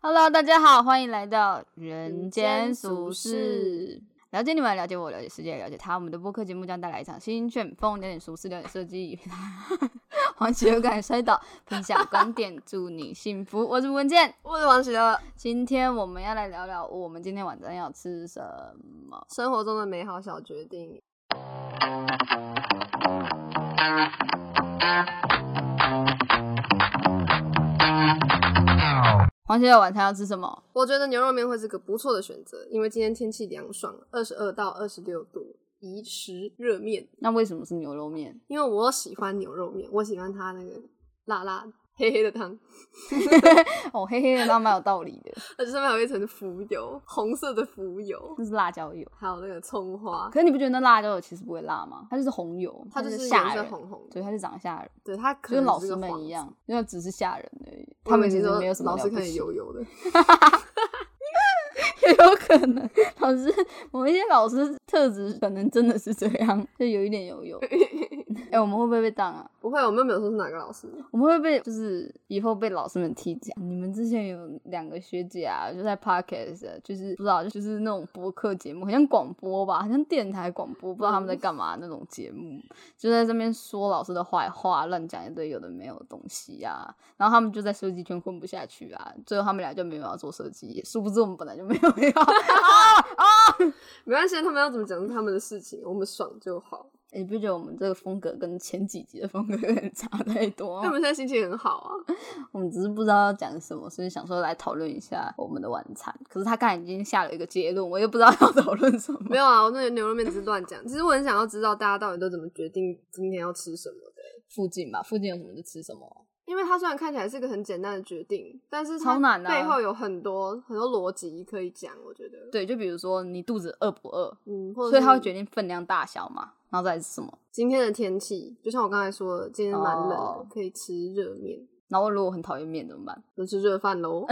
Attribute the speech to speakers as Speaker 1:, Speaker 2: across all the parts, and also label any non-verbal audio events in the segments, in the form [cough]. Speaker 1: Hello，大家好，欢迎来到人间
Speaker 2: 人间
Speaker 1: 俗
Speaker 2: 俗
Speaker 1: 事
Speaker 2: 世，
Speaker 1: 了解你们，了解我，了解世界，了解他。我们的播客节目将带来一场新旋风，聊点俗事，聊点设计， [laughs] 欢喜有感摔倒，分享观点，祝你幸福。我是吴文健，
Speaker 2: 我是王喜乐，
Speaker 1: 今天我们要来聊聊我们今天晚上要吃什么。
Speaker 2: 生活中的美好小决定。
Speaker 1: 黄学友晚餐要吃什么？
Speaker 2: 我觉得牛肉面会是个不错的选择，因为今天天气凉爽，二十二到二十六度，宜食热面。
Speaker 1: 那为什么是牛肉面？
Speaker 2: 因为我喜欢牛肉面，我喜欢它那个辣辣黑黑的汤，
Speaker 1: 哦，黑黑的，那蛮有道理的，
Speaker 2: 而且上面还有一层浮油，红色的浮油，
Speaker 1: 那是辣椒油。
Speaker 2: 还有那个葱花，
Speaker 1: 可是你不觉得那辣椒油其实不会辣吗？它就是红油，
Speaker 2: 它就是颜
Speaker 1: 吓
Speaker 2: 色
Speaker 1: 人，
Speaker 2: 红红的，
Speaker 1: 对，它是长吓人。
Speaker 2: 对它可
Speaker 1: 就跟
Speaker 2: 能
Speaker 1: 老
Speaker 2: 是
Speaker 1: 师
Speaker 2: 个
Speaker 1: 们
Speaker 2: 幌
Speaker 1: 一
Speaker 2: 子
Speaker 1: 样，因为只是吓人而已。
Speaker 2: 我
Speaker 1: 他
Speaker 2: 以
Speaker 1: 们
Speaker 2: 为
Speaker 1: 其
Speaker 2: 你
Speaker 1: 实
Speaker 2: 说
Speaker 1: 没有什么
Speaker 2: 老
Speaker 1: 了
Speaker 2: 师
Speaker 1: 不
Speaker 2: 看起来
Speaker 1: 起，
Speaker 2: 油油的， [laughs]
Speaker 1: 也 [laughs] 有可能老师某一些老师特质可能真的是这样，就有一点油
Speaker 2: [laughs]
Speaker 1: 油。哎、我们会不会被当啊？
Speaker 2: 不会，我们又没有说是哪个老师，
Speaker 1: 我们会被就是以后被老师们踢讲。你们之前有两个学姐啊，就在 podcast，啊就是不知道就是那种播客节目，好像广播吧，好像电台广播，不知道他们在干嘛那种节目，就在这边说老师的坏话，乱讲一堆有的没有的东西啊。然后他们就在设计圈混不下去啊，最后他们俩就没有要做设计，殊不知我们本来就没有要。 [laughs]
Speaker 2: 没关系，他们要怎么讲是他们的事情，我们爽就好。
Speaker 1: 你不觉得我们这个风格跟前几集的风格有点差太多
Speaker 2: 因为我
Speaker 1: 吗？
Speaker 2: 们现在心情很好啊。
Speaker 1: 我们只是不知道要讲什么，所以想说来讨论一下我们的晚餐。可是他刚才已经下了一个结论，我也不知道 [laughs] 要讨论什么
Speaker 2: 没。有啊，我那个牛肉面只是乱讲。其实我很想要知道大家到底都怎么决定今天要吃什么的，
Speaker 1: 附近吧，附近有什么就吃什么。啊
Speaker 2: 因为它虽然看起来是个很简单的决定，但是它
Speaker 1: 超难的啊
Speaker 2: 背后有很多很多逻辑可以讲。我觉得，，
Speaker 1: 对，就比如说你肚子饿不饿，
Speaker 2: 嗯，或者
Speaker 1: 所以它会
Speaker 2: 是
Speaker 1: 决定分量大小嘛，然后再是什么。
Speaker 2: 今天的天气，就像我刚才说的，今天蛮冷的
Speaker 1: 哦
Speaker 2: 可以吃热面，
Speaker 1: 然后如果我很讨厌面怎么办？ [laughs]
Speaker 2: 就吃热饭喽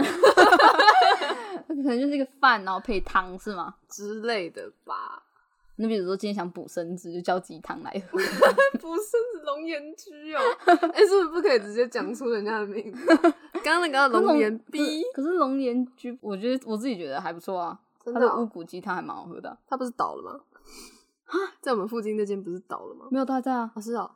Speaker 1: 可能就是一个饭，然后配汤是吗？
Speaker 2: 之类的吧。 [laughs]
Speaker 1: 那比如说今天想补身子，就叫鸡汤来喝。 [laughs]
Speaker 2: 不是是龙岩居哦，哎、是不是不可以直接讲出人家的
Speaker 1: [laughs]
Speaker 2: 名字啊？刚刚那个
Speaker 1: 可是
Speaker 2: 龙岩 B，
Speaker 1: 可是可是龙岩居，我觉得我自己觉得还不错啊。
Speaker 2: 真
Speaker 1: 它
Speaker 2: 的
Speaker 1: 的
Speaker 2: 哦、
Speaker 1: 乌骨鸡汤还蛮好喝的啊，
Speaker 2: 他不是倒了吗？ [laughs] 在我们附近那间不是倒了吗？
Speaker 1: 没有它在啊
Speaker 2: 啊，，是哦，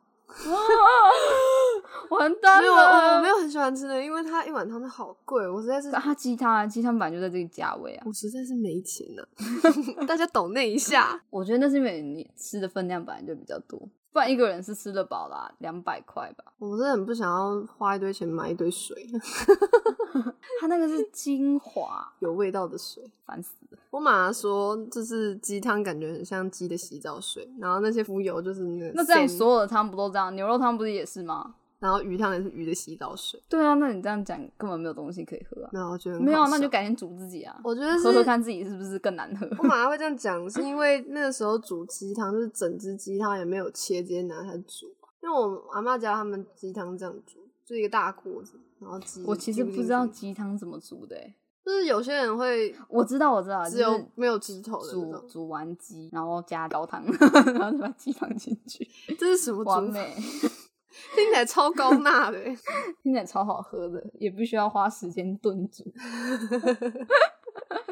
Speaker 1: 完蛋
Speaker 2: 没有，我我
Speaker 1: 了
Speaker 2: 没。有很喜欢吃的，因为它一碗汤都好贵，我实在是，
Speaker 1: 它鸡汤啊，鸡汤本来就在这个价位啊。
Speaker 2: 我实在是没钱 [laughs] 了、大家抖那一下， [laughs]
Speaker 1: 我觉得那是因为你吃的分量本来就比较多，不然一个人是吃得饱啦，两百块吧。
Speaker 2: 我真的很不想要花一堆钱买一堆水，
Speaker 1: 它那个是精华，
Speaker 2: 有味道的水。
Speaker 1: 烦死了。
Speaker 2: 我妈说，就是鸡汤感觉很像鸡的洗澡水，然后那些浮油就是那个
Speaker 1: 那这样
Speaker 2: 咸
Speaker 1: 所有的汤不都这样？牛肉汤不是也是吗？
Speaker 2: 然后鱼汤也是鱼的洗澡水，
Speaker 1: 对啊，那你这样讲根本没有东西可以喝啊。
Speaker 2: 没有，我觉得很
Speaker 1: 没有
Speaker 2: 好
Speaker 1: 啊，那
Speaker 2: 笑
Speaker 1: 就改天煮自己啊，
Speaker 2: 我觉得是
Speaker 1: 喝喝看自己是不是更难喝。
Speaker 2: 我马上会这样讲，是因为那个时候煮鸡汤，就是整只鸡汤也没有切，直接拿它煮。因为我阿妈家他们鸡汤这样煮，就一个大锅子，然后鸡。
Speaker 1: 我其实
Speaker 2: 丢
Speaker 1: 不
Speaker 2: 进
Speaker 1: 知道
Speaker 2: 去，
Speaker 1: 鸡汤怎么煮的、欸，
Speaker 2: 就是有些人会
Speaker 1: 我知道我知道，
Speaker 2: 只
Speaker 1: 就
Speaker 2: 有
Speaker 1: 是
Speaker 2: 没有鸡头的那
Speaker 1: 煮
Speaker 2: 种，
Speaker 1: 煮完鸡，然后加高汤， [laughs] 然后再把鸡放进去，
Speaker 2: 这是什么
Speaker 1: 完
Speaker 2: 煮法？
Speaker 1: 美，
Speaker 2: [laughs] 听起来超高钠的欸、
Speaker 1: [laughs] 听起来超好喝的，也不需要花时间炖煮， [laughs]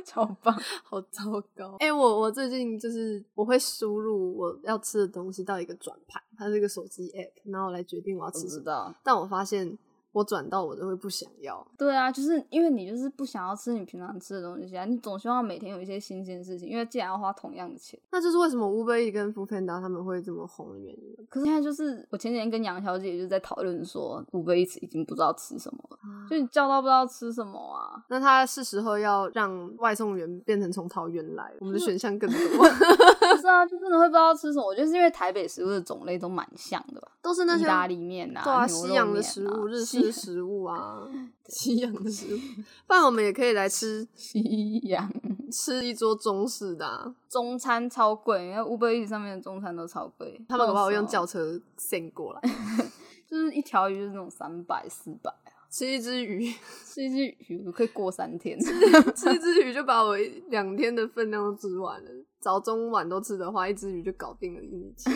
Speaker 1: 超棒。
Speaker 2: 好糟糕。哎、我我最近就是我会输入我要吃的东西到一个转盘，它是一个手机 app，然后我来决定我要
Speaker 1: 我
Speaker 2: 吃什
Speaker 1: 知
Speaker 2: 么。
Speaker 1: 道，
Speaker 2: 但我发现我转到我都会不想要，
Speaker 1: 对啊，就是因为你就是不想要吃你平常吃的东西啊，你总希望每天有一些新鲜的事情，因为既然要花同样的钱，
Speaker 2: 那就是为什么 Uber Eats 跟 Foodpanda 他们会这么红的原因
Speaker 1: 可是现在就是我前几天跟杨小姐就在讨论说，五杯一次已经不知道吃什么了，
Speaker 2: 啊
Speaker 1: 就你叫到不知道吃什么啊。
Speaker 2: 那他是时候要让外送员变成从桃园来，我们的选项
Speaker 1: [laughs]
Speaker 2: 更多，
Speaker 1: 不是啊，就真的会不知道吃什么。我觉得是因为台北食物的种类都蛮像的吧，
Speaker 2: 都是那
Speaker 1: 意
Speaker 2: 些
Speaker 1: 大利面啊、
Speaker 2: 对啊，
Speaker 1: 牛肉
Speaker 2: 西洋的
Speaker 1: 面
Speaker 2: 食
Speaker 1: 啊
Speaker 2: 物、日
Speaker 1: 西
Speaker 2: 式食物
Speaker 1: [laughs]
Speaker 2: 啊，西洋的食物。不然我们也可以来吃
Speaker 1: 西洋
Speaker 2: 吃一桌中式的、啊，
Speaker 1: 中餐超贵，因为 Uber Eats 上面的中餐都超贵。
Speaker 2: 他们搞不好用
Speaker 1: 那种
Speaker 2: 轿车送过来，
Speaker 1: 就是一条鱼就是那种三百四百，
Speaker 2: 吃一只鱼， [laughs]
Speaker 1: 吃一只鱼可以过三天。
Speaker 2: 吃一只鱼就把我一两天的分量都吃完了，早中晚都吃的话，一只鱼就搞定了一
Speaker 1: [laughs]
Speaker 2: 米七。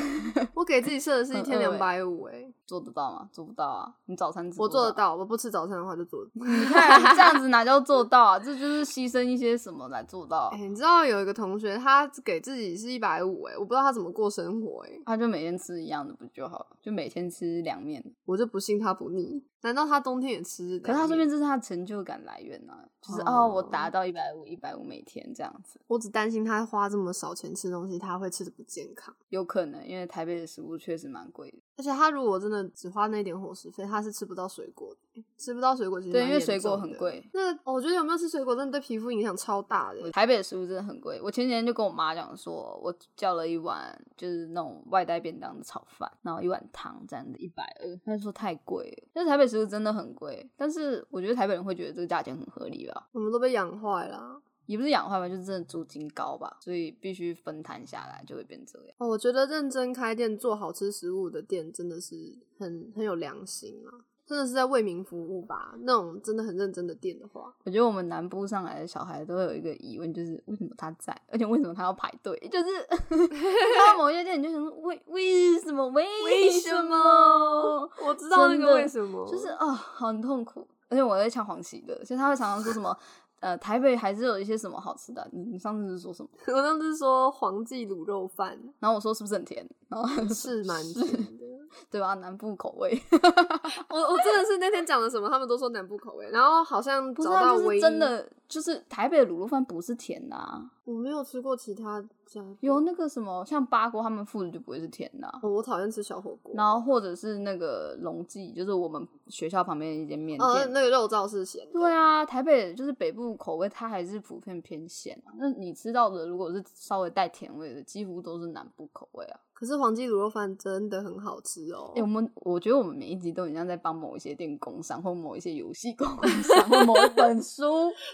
Speaker 2: 我给自己设的是一天
Speaker 1: 很饿欸
Speaker 2: 两百五，哎，
Speaker 1: 做得到吗？做不到啊！你早餐吃
Speaker 2: 我
Speaker 1: 多
Speaker 2: 做得
Speaker 1: 少，
Speaker 2: 到，我不吃早餐的话就做得到。
Speaker 1: 你看这样子哪叫做到啊？这就是牺牲一些什么来做到啊
Speaker 2: 哎、？你知道有一个同学，他给自己是一百五，哎，我不知道他怎么过生活、哎，
Speaker 1: 他就每天吃一样的不就好了？就每天吃凉面。
Speaker 2: 我就不信他不腻。难道他冬天也吃凉面？
Speaker 1: 可是他这边这是他成就感来源啊，就是哦
Speaker 2: 哦
Speaker 1: 我达到一百五，一百五每天这样子，
Speaker 2: 我只担心他花这么少钱吃东西，他会吃的不健康。
Speaker 1: 有可能因为台北的食物确实蛮贵的，
Speaker 2: 而且他如果真的只花那一点伙食费，他是吃不到水果的，欸吃不到水果其实
Speaker 1: 对，
Speaker 2: 蛮
Speaker 1: 因为
Speaker 2: 严
Speaker 1: 水果
Speaker 2: 重
Speaker 1: 很
Speaker 2: 的。
Speaker 1: 贵。
Speaker 2: 那哦我觉得有没有吃水果真的对皮肤影响超大的。欸
Speaker 1: 台北的食物真的很贵。我前几天就跟我妈讲说，我叫了一碗就是那种外带便当的炒饭，然后一碗汤这样子一百二，她就说太贵了。但是台北食物真的很贵，但是我觉得台北人会觉得这个价钱很合理吧，
Speaker 2: 我们都被养坏了。
Speaker 1: 也不是养坏吧，就是真的租金高吧，所以必须分摊下来就会变这样。
Speaker 2: 哦，我觉得认真开店做好吃食物的店真的是很很有良心啊，真的是在为民服务吧。那种真的很认真的店的
Speaker 1: [laughs]
Speaker 2: 话，
Speaker 1: 我觉得我们南部上来的小孩都会有一个疑问，就是为什么他在，而且为什么他要排队？就是 [laughs] 看到某些店，你就想说为为什么为
Speaker 2: 为
Speaker 1: 什
Speaker 2: 什
Speaker 1: 么？
Speaker 2: 我知道那
Speaker 1: 真
Speaker 2: 个
Speaker 1: 的
Speaker 2: 为什么，
Speaker 1: 就是啊、很痛苦。而且我在抢黄芪的，所以他会常常说什么，呃，台北还是有一些什么好吃的啊。你你上次是说什么？
Speaker 2: [laughs] 我当时说黄记卤肉
Speaker 1: [laughs]
Speaker 2: 饭
Speaker 1: 然后我说是不是很甜？然后 [laughs] 他就说
Speaker 2: 是蛮甜的。
Speaker 1: 对吧？南部口味，
Speaker 2: 我我真的是那天讲了什么，他们都说南部口味，然后好像
Speaker 1: 不是
Speaker 2: 找
Speaker 1: 啊，
Speaker 2: 到
Speaker 1: 就
Speaker 2: 唯
Speaker 1: 是
Speaker 2: 一
Speaker 1: 真，的，就是台北的卤肉饭不是甜的、啊，
Speaker 2: 我没有吃过其他家的
Speaker 1: 有那个什么像八锅他们附的就不会是甜的啊、
Speaker 2: 哦我讨厌吃小火锅，
Speaker 1: 然后或者是那个龙记，就是我们学校旁边的一间面店，
Speaker 2: 呃那个肉燥是咸的，
Speaker 1: 对啊，台北就是北部口味，它还是普遍偏咸。啊那你吃到的，如果是稍微带甜味的，几乎都是南部口味啊。
Speaker 2: 可是黄记卤肉饭真的很好吃哦
Speaker 1: 哎、，我们我觉得我们每一集都很像在帮某一些店工商，或某一些游
Speaker 2: [laughs]
Speaker 1: 戏工商，或某一本书。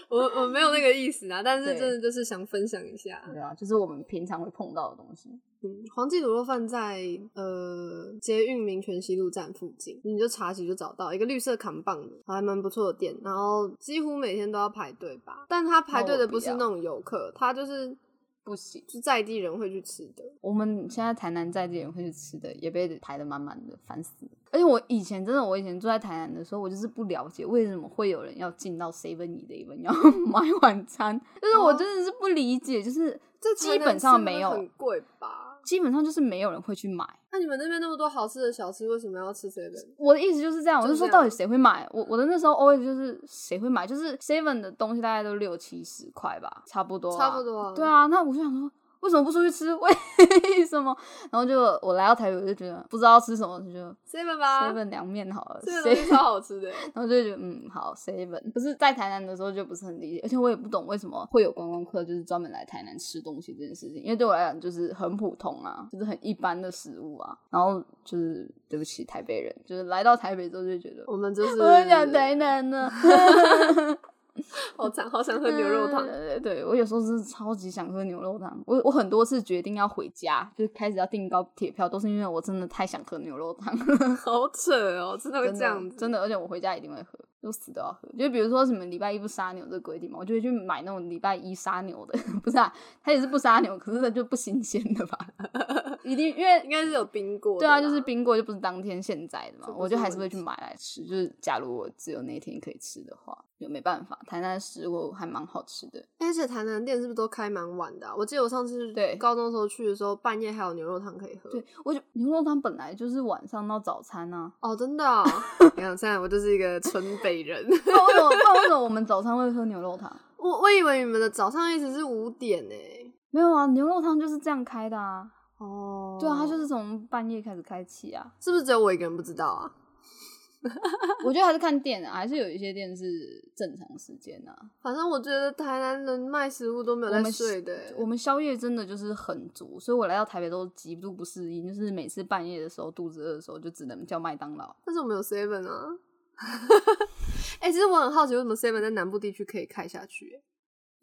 Speaker 2: 我我没有那个意思啊，但
Speaker 1: 对
Speaker 2: 是真的就是想分享一下。
Speaker 1: 对啊，就是我们平常会碰到的东西。
Speaker 2: 嗯，黄记卤肉饭在呃捷运民权西路站附近，你就查起就找到一个绿色扛棒的，还蛮不错的店。然后几乎每天都要排队吧，但他排队的不是那种游客，他就是
Speaker 1: 不行，
Speaker 2: 是在地人会去吃的。
Speaker 1: 我们现在台南在地人会去吃的，也被排的满满的，烦死了。而且我以前真的，我以前住在台南的时候，我就是不了解为什么会有人要进到 Seven Eleven 要 [laughs] 买晚餐，就是我
Speaker 2: 哦
Speaker 1: 真的是不理解，就是
Speaker 2: 这
Speaker 1: 基本上没有
Speaker 2: 台南是不是很贵吧？
Speaker 1: 基本上就是没有人会去买。
Speaker 2: 那你们那边那么多好吃的小吃，为什么要吃 seven？
Speaker 1: 我的意思就是这样，我
Speaker 2: 就
Speaker 1: 就是说
Speaker 2: 这样
Speaker 1: 到
Speaker 2: 嗯
Speaker 1: 底谁会买？我我的那时候 always 就是谁会买，就是 Seven 的东西大概都六七十块吧，差不多，
Speaker 2: 差不。多啊。
Speaker 1: 对，啊，那我就想说，为什么不出去吃？ [laughs] 为什么？然后就我来到台北，我就觉得不知道吃什么，就觉得
Speaker 2: ，seven 吧
Speaker 1: seven 凉面好了
Speaker 2: 这个东
Speaker 1: ，seven
Speaker 2: 西超好啊吃的。
Speaker 1: 然后就觉得嗯好 seven，可是在台南的时候就不是很理解，而且我也不懂为什么会有观光客就是专门来台南吃东西这件事情，因为对我来讲就是很普通啊，就是很一般的食物啊。然后就是对不起台北人，就是来到台北之后就觉得
Speaker 2: 我们就
Speaker 1: [laughs]
Speaker 2: 是
Speaker 1: 我很想台南 [laughs] 呢、
Speaker 2: 好惨，好想喝牛肉汤。
Speaker 1: 呃对我有时候是超级想喝牛肉汤，我我很多次决定要回家，就是开始要订高铁票，都是因为我真的太想喝牛肉汤了。
Speaker 2: [laughs] 好扯哦，真的会
Speaker 1: 真
Speaker 2: 这
Speaker 1: 的
Speaker 2: 样子。
Speaker 1: 真的，而且我回家一定会喝，就死都要喝。就比如说什么礼拜一不杀牛这个规定嘛，我就会去买那种礼拜一杀牛的， [laughs] 不是啊，它也是不杀牛，可是它就不新鲜的
Speaker 2: [laughs]
Speaker 1: 吧？一定因为
Speaker 2: 应该是有冰过的
Speaker 1: 对
Speaker 2: 啦。
Speaker 1: 啊，就是冰过就不是当天现摘的嘛
Speaker 2: 这，不
Speaker 1: 我就是还是
Speaker 2: 问
Speaker 1: 会去
Speaker 2: 题
Speaker 1: 买来吃。就是假如我只有那一天可以吃的话，就没办法。台南的食物还蛮好吃的，
Speaker 2: 而且台南店是不是都开蛮晚的啊、我记得我上次
Speaker 1: 对
Speaker 2: 高中的时候去的时候，半夜还有牛肉汤可以喝。
Speaker 1: 对我觉得牛肉汤本来就是晚上到早餐啊，
Speaker 2: 哦，真的、哦。
Speaker 1: [laughs]
Speaker 2: 你看，现在我就是一个纯北人。 [laughs]
Speaker 1: 不然为什么不然为什么我们早餐会喝牛肉汤？
Speaker 2: 我我以为你们的早上一直是五点呢、
Speaker 1: 没有啊，牛肉汤就是这样开的啊。
Speaker 2: 哦
Speaker 1: 对啊，它就是是从半夜开始开启啊。 [laughs]
Speaker 2: 是不是只有我一个人不知道啊？
Speaker 1: 我觉得还是看店啊，还是有一些店是正常时间啊。
Speaker 2: 反正我觉得台南人卖食物都没有
Speaker 1: 我
Speaker 2: 在
Speaker 1: 们
Speaker 2: 睡的、欸
Speaker 1: 我们宵夜真的就是很足，所以我来到台北都极度不适应，就是每次半夜的时候肚子饿的时候，就只能叫麦当劳。
Speaker 2: 但是我们有 seven 啊。 [laughs] 哎、其实我很好奇，为什么 seven 在南部地区可以开下去、欸？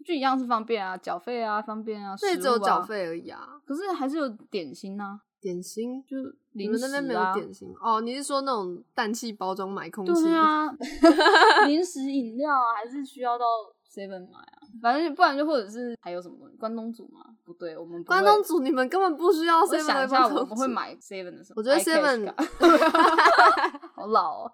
Speaker 1: 就一样是方便啊，缴费啊，方便啊，
Speaker 2: 这里
Speaker 1: 食
Speaker 2: 只有
Speaker 1: 物啊
Speaker 2: 缴，费而已啊。
Speaker 1: 可是还是有点心啊，
Speaker 2: 点心
Speaker 1: 就是
Speaker 2: 你
Speaker 1: 零
Speaker 2: 们
Speaker 1: 食
Speaker 2: 那
Speaker 1: 啊。
Speaker 2: 边没有点心哦？你是说那
Speaker 1: 啊
Speaker 2: 种氮气包装买空
Speaker 1: [laughs]
Speaker 2: 气？[laughs]
Speaker 1: 对啊，零食饮料啊，还是需要到 seven 买啊，反正不然就或者是还有什么东西，关东煮吗？不对，我们不会
Speaker 2: 关东。煮你们根本不需要
Speaker 1: 我
Speaker 2: seven
Speaker 1: 想一
Speaker 2: 的
Speaker 1: 下，
Speaker 2: 关
Speaker 1: 我们
Speaker 2: 东煮。
Speaker 1: 会
Speaker 2: [laughs]
Speaker 1: 买 seven 的什么？
Speaker 2: 我觉得
Speaker 1: iCash
Speaker 2: seven- [laughs]
Speaker 1: 卡好老哦，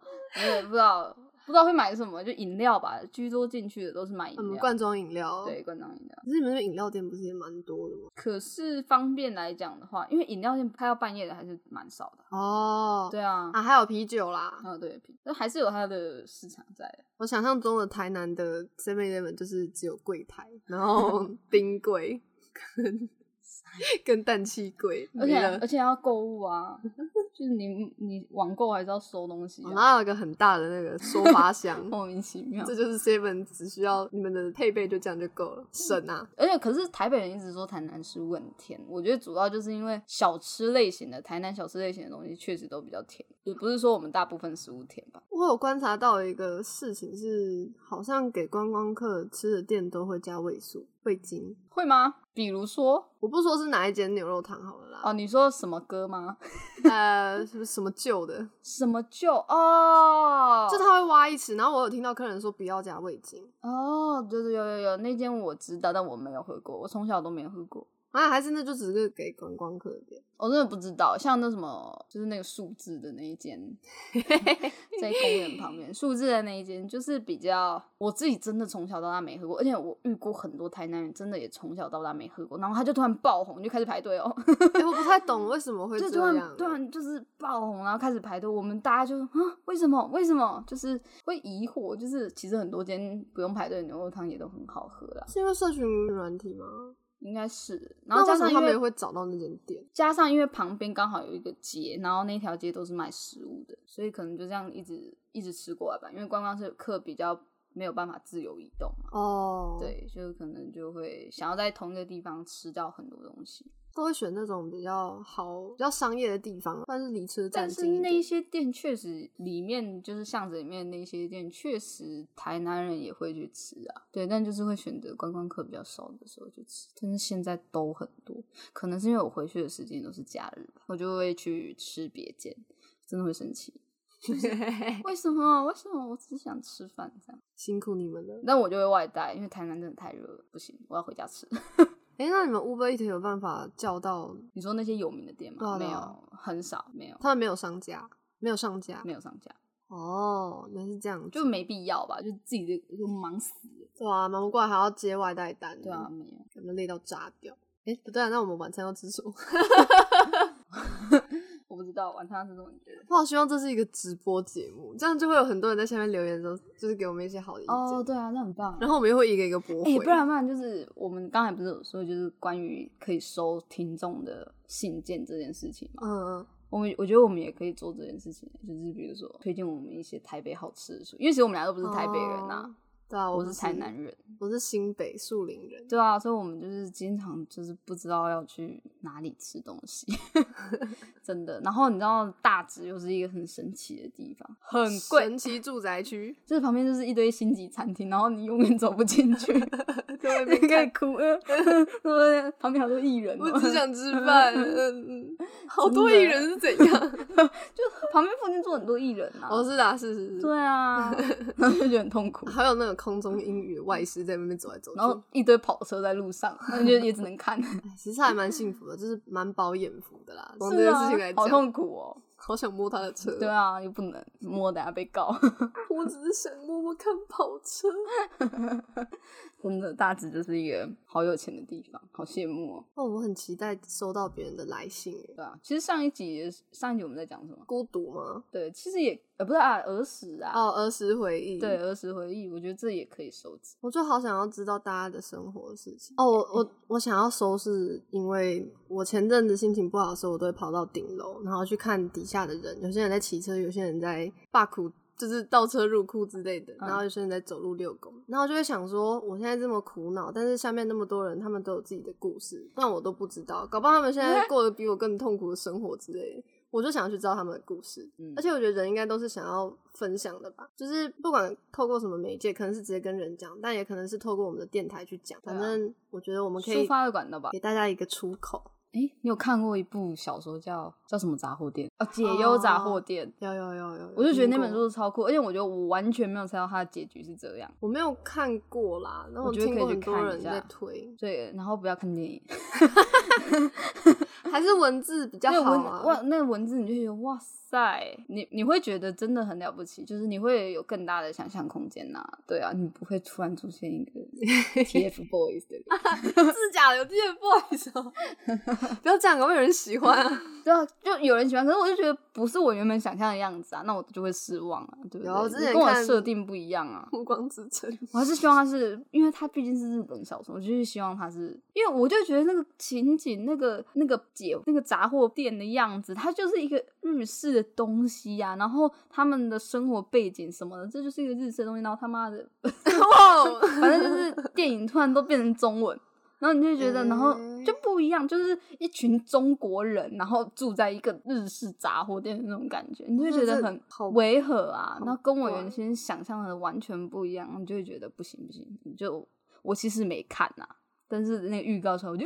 Speaker 1: 我也不知道不知道会买什么，就饮料吧，居多进去的都是买
Speaker 2: 嗯
Speaker 1: 饮，料，
Speaker 2: 罐装饮料。
Speaker 1: 对，，罐装饮料。
Speaker 2: 可是你们的饮料店不是也蛮多的吗？
Speaker 1: 可是方便来讲的话，因为饮料店开到半夜的还是蛮少的。
Speaker 2: 哦，
Speaker 1: 对啊，
Speaker 2: 啊，还有啤酒啦。
Speaker 1: 啊对，那还是有它的市场在的。
Speaker 2: 我想象中的台南的 Seven Eleven 就是只有柜台，
Speaker 1: [laughs]
Speaker 2: 然后冰柜跟跟氮气柜，
Speaker 1: 而
Speaker 2: 没
Speaker 1: 且
Speaker 2: 了
Speaker 1: 而且要购物啊， [laughs] 就是你你网购还是要收东西、
Speaker 2: 哦
Speaker 1: 啊，
Speaker 2: 然后有一个很大的
Speaker 1: [laughs]，
Speaker 2: 那个收发箱
Speaker 1: 莫名其妙
Speaker 2: 这。就是 Seven 只需要你们的配备就这样就够了，省啊！
Speaker 1: 而且可是台北人一直说台南是问天，我觉得主要就是因为小吃类型的台南小吃类型的东西确实都比较甜，也不是说我们大部分食物甜吧。
Speaker 2: 我有观察到一个事情是，好像给观光客吃的店都会加味素、味精。
Speaker 1: 会吗？比如说
Speaker 2: 我不说是哪一间牛肉汤好了啦，
Speaker 1: 哦，你说什么歌吗？ [laughs]
Speaker 2: 呃，是不是什么旧的，
Speaker 1: 什么就哦，
Speaker 2: 就他会挖一匙，然后我有听到客人说不要加味精
Speaker 1: 哦，对对有有有，那间我知道，但我没有喝过，我从小都没有喝过。
Speaker 2: 啊，还是那就只是给观光客的店。
Speaker 1: 我真的不知道，像那什么，就是那个数字的那一
Speaker 2: [laughs]
Speaker 1: 间，在公园旁边，数字的那一间，就是比较我自己真的从小到大没喝过，而且我遇过很多台南人，真的也从小到大没喝过，然后他就突然爆红，就开始排队哦，
Speaker 2: 哎、我不太懂为什
Speaker 1: [laughs]
Speaker 2: 么会
Speaker 1: 就啊
Speaker 2: 这
Speaker 1: 突
Speaker 2: 样
Speaker 1: 然，突然就是爆红，然后开始排队，我们大家就啊，为什么？为什么？就是会疑惑，就是其实很多间不用排队的牛肉汤也都很好喝啦，
Speaker 2: 是因为社群软体吗？
Speaker 1: 应该是，然后
Speaker 2: 那为
Speaker 1: 加
Speaker 2: 什么
Speaker 1: 上
Speaker 2: 他
Speaker 1: 因
Speaker 2: 们
Speaker 1: 为
Speaker 2: 也会找到那间店？
Speaker 1: 加上因为旁边刚好有一个街，然后那条街都是卖食物的，所以可能就这样一直一直吃过来吧。因为观光是客比较没有办法自由移动嘛，
Speaker 2: 哦，，
Speaker 1: 对，就可能就会想要在同一个地方吃到很多东西。
Speaker 2: 都会选那种比较好、比较商业的地方，但是离车站
Speaker 1: 但是
Speaker 2: 近一
Speaker 1: 那一
Speaker 2: 点。
Speaker 1: 些店确实里面就是巷子里面那些店，确实台南人也会去吃啊。对，但就是会选择观光客比较少的时候去吃。但是现在都很多，可能是因为我回去的时间都是假日吧，我就会去吃别间，真的会生气。为什么？为什么？我只想吃饭这样，
Speaker 2: [laughs] 辛苦你们了。
Speaker 1: 但我就会外带，因为台南真的太热了，不行，我要回家吃。 [laughs]
Speaker 2: 哎、那你们 Uber Eats 有办法叫到？
Speaker 1: 你说那些有名的店
Speaker 2: 对
Speaker 1: 吗？
Speaker 2: 啊对
Speaker 1: 没
Speaker 2: 啊
Speaker 1: 有，很少，没有，
Speaker 2: 他们没有商家，没有上架。
Speaker 1: 没有上架，
Speaker 2: 哦，原来是这样子，
Speaker 1: 就没必要吧，就自己的就忙死了。
Speaker 2: 对啊，忙不过来还要接外带单，
Speaker 1: 对啊，，没有。
Speaker 2: 可能累到炸掉。哎、不对啊，那我们晚餐要吃什么？ [laughs]
Speaker 1: 我不知道晚上是怎么觉得。
Speaker 2: 我好希望这是一个直播节目，这样就会有很多人在下面留言的时候，就是给我们一些好的意见，
Speaker 1: 哦，对啊，那很棒。
Speaker 2: 然后我们又会一个一个驳
Speaker 1: 哎、
Speaker 2: 回。
Speaker 1: 不然不然，就是我们刚才不是有说，就是关于可以收听众的信件这件事情嘛。
Speaker 2: 嗯，嗯，
Speaker 1: 我们我觉得我们也可以做这件事情，就是比如说推荐我们一些台北好吃的书，因为其实我们俩都不是台北人呐、
Speaker 2: 哦对啊，
Speaker 1: 我
Speaker 2: 我
Speaker 1: 是
Speaker 2: 不
Speaker 1: 台南，人，
Speaker 2: 我是新北树林人。
Speaker 1: 对啊，所以我们就是经常就是不知道要去哪里吃东西， [laughs] 真的。然后你知道大直又是一个很神奇的地方，很贵，
Speaker 2: 神奇住宅
Speaker 1: [laughs]
Speaker 2: 区，
Speaker 1: 就是旁边就是一堆星级餐厅，然后你永远走不进
Speaker 2: [laughs]
Speaker 1: 去，
Speaker 2: 在外面
Speaker 1: 你可以
Speaker 2: [laughs] 看，
Speaker 1: 哭，呃 [laughs] 呃呃旁边好多艺人哦、
Speaker 2: 我只想吃
Speaker 1: [laughs]
Speaker 2: 饭。嗯，嗯好多艺
Speaker 1: 真的
Speaker 2: 人是怎样？
Speaker 1: 就旁边附近坐很多艺人啊，
Speaker 2: 哦，是的，是是是，
Speaker 1: 对
Speaker 2: [laughs]
Speaker 1: 啊，然后就觉得很痛苦，
Speaker 2: 还有那个空中英语的外师在外面走来走去，
Speaker 1: 然后一堆跑车在路上，那你就也只能看，
Speaker 2: 哎其实还蛮
Speaker 1: [laughs]
Speaker 2: 幸福的，就是蛮饱眼福的啦。从这
Speaker 1: 是
Speaker 2: 件
Speaker 1: 啊
Speaker 2: 事情来讲，
Speaker 1: 好痛苦哦，
Speaker 2: 好想摸他的车，
Speaker 1: 对啊，又不能摸，等下被告，
Speaker 2: [laughs] 我只是想摸摸看跑车。
Speaker 1: 真的大直就是一个好有钱的地方，好羡慕哦，
Speaker 2: 哦，我很期待收到别人的来信耶，
Speaker 1: 对啊，其实上一集也是上一集我们在讲什么？
Speaker 2: 孤独吗？
Speaker 1: 对，其实也呃不是啊，儿时啊，
Speaker 2: 哦，儿时回忆，
Speaker 1: 对，儿时回忆，我觉得这也可以收集。
Speaker 2: 我就好想要知道大家的生活事情。哦，我我我想要收拾，因为我前阵子心情不好的时候，我都会跑到顶楼，然后去看底下的人。有些人在骑车，有些人在罢苦，就是倒车入库之类的，
Speaker 1: 嗯
Speaker 2: 然后有些人在走路遛狗。然后就会想说，我现在这么苦恼，但是下面那么多人，他们都有自己的故事，但我都不知道，搞不好他们现在过得比我更痛苦的生活之类的。我就想要去知道他们的故事，
Speaker 1: 嗯
Speaker 2: 而且我觉得人应该都是想要分享的吧，就是不管透过什么媒介，可能是直接跟人讲，但也可能是透过我们的电台去讲。
Speaker 1: 对啊
Speaker 2: 反正我觉得我们可
Speaker 1: 抒
Speaker 2: 以
Speaker 1: 发的管道吧。
Speaker 2: 给大家一个出口。
Speaker 1: 哎、你有看过一部小说叫叫什么杂货店？哦，解忧杂货店。
Speaker 2: 有有有有，
Speaker 1: 我就觉得那
Speaker 2: 听
Speaker 1: 本
Speaker 2: 过
Speaker 1: 书超酷，而且我觉得我完全没有猜到它的结局是这样。
Speaker 2: 我没有看过啦，然后
Speaker 1: 我觉得
Speaker 2: 听
Speaker 1: 可以
Speaker 2: 过
Speaker 1: 去
Speaker 2: 很多
Speaker 1: 看一
Speaker 2: 人
Speaker 1: 下
Speaker 2: 在推， [laughs]
Speaker 1: 对，然后不要看电影，
Speaker 2: 还是文字比较
Speaker 1: 那
Speaker 2: 好
Speaker 1: 文
Speaker 2: 啊。 [laughs]
Speaker 1: 哇，那文字你就觉得哇塞，你你会觉得真的很了不起，就是你会有更大的想象空间呐、对啊，你不会突然出现一
Speaker 2: [laughs]
Speaker 1: 个 TFBOYS 的人，
Speaker 2: 是假的有 TFBOYS，哦 [laughs] 不要这样，有没有人喜欢啊？
Speaker 1: 对啊，就有人喜欢，可是我就觉得不是我原本想象的样子啊，那我就会失望啊，对不对？
Speaker 2: 有之
Speaker 1: 你
Speaker 2: 前
Speaker 1: 跟我
Speaker 2: 看
Speaker 1: 设定不一样啊。
Speaker 2: 暮光之
Speaker 1: [laughs]
Speaker 2: 城，
Speaker 1: 我还是希望它是，因为它毕竟是日本小说，我就是希望它是，因为我就觉得那个情景、那个那个姐、那个杂货店的样子，它就是一个日式的东西呀、然后他们的生活背景什么的，这就是一个日式的东西。然后他妈的，
Speaker 2: 哇，哦
Speaker 1: 反正就是电影突然都变成中文，然后你就觉得，然后
Speaker 2: 嗯
Speaker 1: 就不一样，就是一群中国人，然后住在一个日式杂货店的那种感觉，你就会觉得
Speaker 2: 这
Speaker 1: 很
Speaker 2: 好
Speaker 1: 违和啊。
Speaker 2: 好
Speaker 1: 那跟我
Speaker 2: 怪
Speaker 1: 原先想象的完全不一样，你就会觉得不行不行。你就我其实没看呐、但是那个预告出来，我就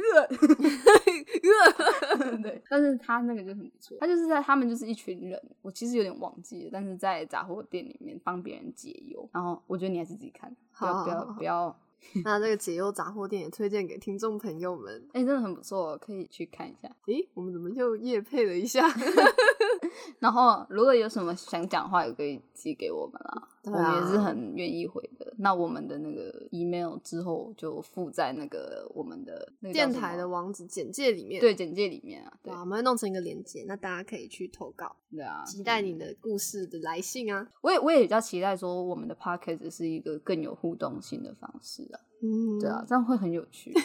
Speaker 1: 呃 [laughs] 对，但是他那个就很不错，他就是在他们就是一群人，我其实有点忘记了，但是在杂货店里面帮别人解忧，然后我觉得你还是自己看，不要
Speaker 2: 好
Speaker 1: 不要
Speaker 2: 好好
Speaker 1: 不要，
Speaker 2: 那这个解忧杂货店也推荐给听众朋友们。
Speaker 1: 哎、真的很不错，可以去看一下。
Speaker 2: 诶，我们怎么又夜配了一下？
Speaker 1: 然后如果有什么想讲的话，也可以寄给我们啦，
Speaker 2: 对
Speaker 1: 我们也是
Speaker 2: 啊
Speaker 1: 很愿意回的。那我们的那个 email 之后就附在那个我们的那个叫
Speaker 2: [laughs] 电
Speaker 1: 什
Speaker 2: 台
Speaker 1: 么
Speaker 2: 的网址简介里面，
Speaker 1: 对简介里面啊，对
Speaker 2: 哇，我们会弄成一个链接，那大家可以去投稿，
Speaker 1: 对啊，
Speaker 2: 期待你的故事的来信啊。
Speaker 1: 我也我也比较期待说我们的 p o c k e t 是一个更有互动性的方式啊，
Speaker 2: 嗯
Speaker 1: 对啊，，这样会很有趣。
Speaker 2: [laughs]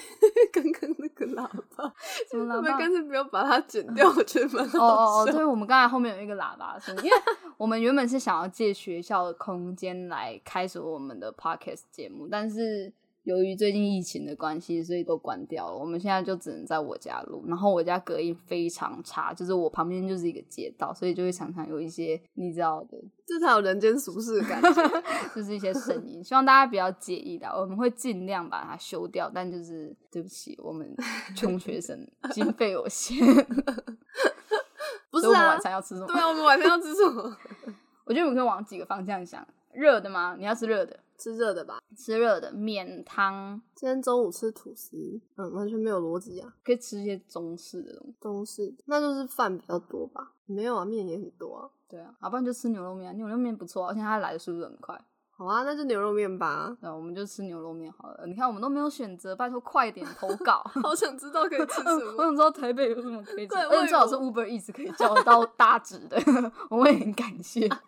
Speaker 2: 刚刚那个喇 [laughs] 叭，
Speaker 1: 什么
Speaker 2: 我
Speaker 1: 喇
Speaker 2: 们
Speaker 1: 叭
Speaker 2: 干？脆不要把它剪掉，我觉得蛮
Speaker 1: 哦
Speaker 2: 好
Speaker 1: 哦哦，
Speaker 2: 笑。
Speaker 1: 对，我们刚才后面有一个喇叭声，因为 [laughs] 我们原本是想要借学校的空间来开始我们的 podcast 节目，但是由于最近疫情的关系，所以都关掉了。我们现在就只能在我家录，然后我家隔音非常差，就是我旁边就是一个街道，所以就会常常有一些你知道的，
Speaker 2: 这才有人间俗世的感觉。 [laughs]
Speaker 1: 就是一些声音。希望大家不要介意的，我们会尽量把它修掉，但就是对不起，我们穷学生经费有限，
Speaker 2: 不
Speaker 1: 所
Speaker 2: 是
Speaker 1: 以我们
Speaker 2: 啊
Speaker 1: 晚，上要吃什么？
Speaker 2: 对啊，我们晚上要吃什么？ [laughs]
Speaker 1: 我觉得我们可以往几个方向想。热的吗？你要吃热的，
Speaker 2: 吃热的吧。
Speaker 1: 吃热的面汤，
Speaker 2: 今天中午吃吐司，嗯，完全没有逻辑啊。
Speaker 1: 可以吃一些中式的东西。
Speaker 2: 中式那就是饭比较多吧？没有啊，面也很多啊。
Speaker 1: 对啊，要不然就吃牛肉面、啊，牛肉面不错啊、而且它来的速度很快。
Speaker 2: 好啊，那就牛肉面吧。
Speaker 1: 对啊、我们就吃牛肉面好了。你看，我们都没有选择，拜托快点投
Speaker 2: [laughs]
Speaker 1: 稿。
Speaker 2: 好想知道可以吃
Speaker 1: 嗯
Speaker 2: [laughs]
Speaker 1: 我？想知道台北有什么可以吃，
Speaker 2: 对
Speaker 1: 而
Speaker 2: 我
Speaker 1: 且
Speaker 2: 也
Speaker 1: 最好是 Uber Eats 可以叫得到大指的， [laughs] 我会很感谢。 [laughs]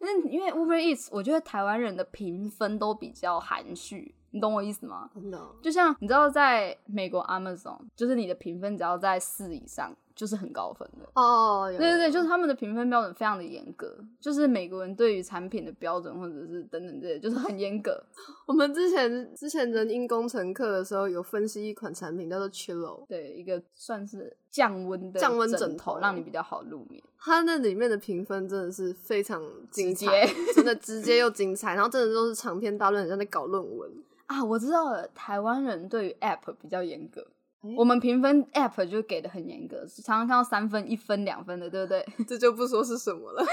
Speaker 1: 那因为 Uber Eats，我觉得台湾人的评分都比较含蓄，你懂我意思吗？
Speaker 2: 真的哦
Speaker 1: 就像你知道，在美国 Amazon，就是你的评分只要在四以上，就是很高分的。
Speaker 2: 哦，有
Speaker 1: 对对对，就是是他们的评分标准非常的严格，就是美国人对于产品的标准或者是等等这些，就是很严格。
Speaker 2: 我们之前之前人因工程课的时候有分析一款产品叫做 Chillo，
Speaker 1: 对，一个算是降温的
Speaker 2: 降温
Speaker 1: 枕
Speaker 2: 枕
Speaker 1: 头，
Speaker 2: 头
Speaker 1: 让你比较好入眠。
Speaker 2: 它那里面的评分真的是非常精
Speaker 1: 直
Speaker 2: 彩，真的直接又精彩，然后真的都是长篇大论，很像在搞论文。
Speaker 1: 啊，我知道了，台湾人对于 App 比较严格。
Speaker 2: 诶
Speaker 1: 我们评分 App 就给的很严格，常常看到三分、一分、两分的，对不对？ [laughs]
Speaker 2: 这就不说是什么了。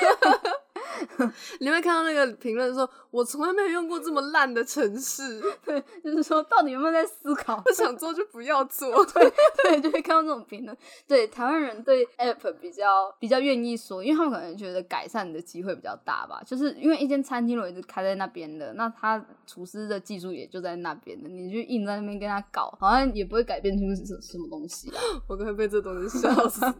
Speaker 2: [laughs] 你会看到那个评论说：“我从来没有用过这么烂的城市，
Speaker 1: 对，就是说到底有没有在思考
Speaker 2: 不想做就不要做。 [laughs]
Speaker 1: [laughs] 对，就会看到这种评论。对，台湾人对 App 比较比较愿意说，因为他们可能觉得改善的机会比较大吧。就是因为一间餐厅如果一直开在那边的，那他厨师的技术也就在那边的，你就硬在那边跟他搞，好像也不会改变出什什么东西啊。”
Speaker 2: 我快被这东西笑 [laughs] 死。啊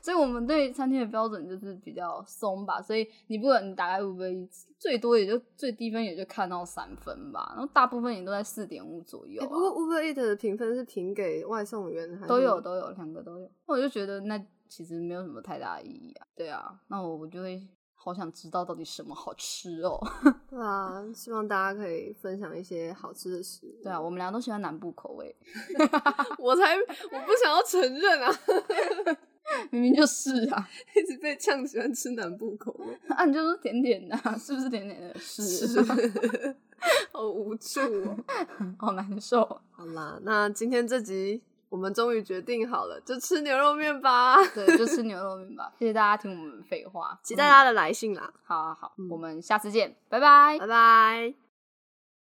Speaker 1: 所以我们对餐厅的标准就是比较松吧。所以你不管你打开五分，最多也就最低分也就看到三分吧，然后大部分也都在四点五左右、
Speaker 2: 欸
Speaker 1: 啊
Speaker 2: 不过 Uber Eat 的评分是评给外送员还是
Speaker 1: 都有都有，两个都有。那我就觉得那其实没有什么太大的意义啊。对啊，那我我就会好想知道到底什么好吃哦。 [laughs]
Speaker 2: 对啊，希望大家可以分享一些好吃的食物。
Speaker 1: 对啊，我们俩都喜欢南部口味，
Speaker 2: [laughs]
Speaker 1: [laughs]
Speaker 2: 我才我不想要承认啊， [laughs]
Speaker 1: 明明就是啊。 [laughs]
Speaker 2: 一直被呛喜欢吃南部口味，
Speaker 1: 啊，你就说甜甜的啊、是不是甜甜的？是，
Speaker 2: 好无助哦。
Speaker 1: [laughs]
Speaker 2: [laughs]
Speaker 1: 好难受啊。
Speaker 2: 好啦，那今天这集我们终于决定好了，就吃牛肉面吧。
Speaker 1: 对，就吃牛肉面吧。谢谢大家听我们废话，
Speaker 3: 期待大家的来信啦，
Speaker 1: 好好好，
Speaker 2: 嗯哎
Speaker 1: 我们下次见，拜拜
Speaker 3: 拜。拜。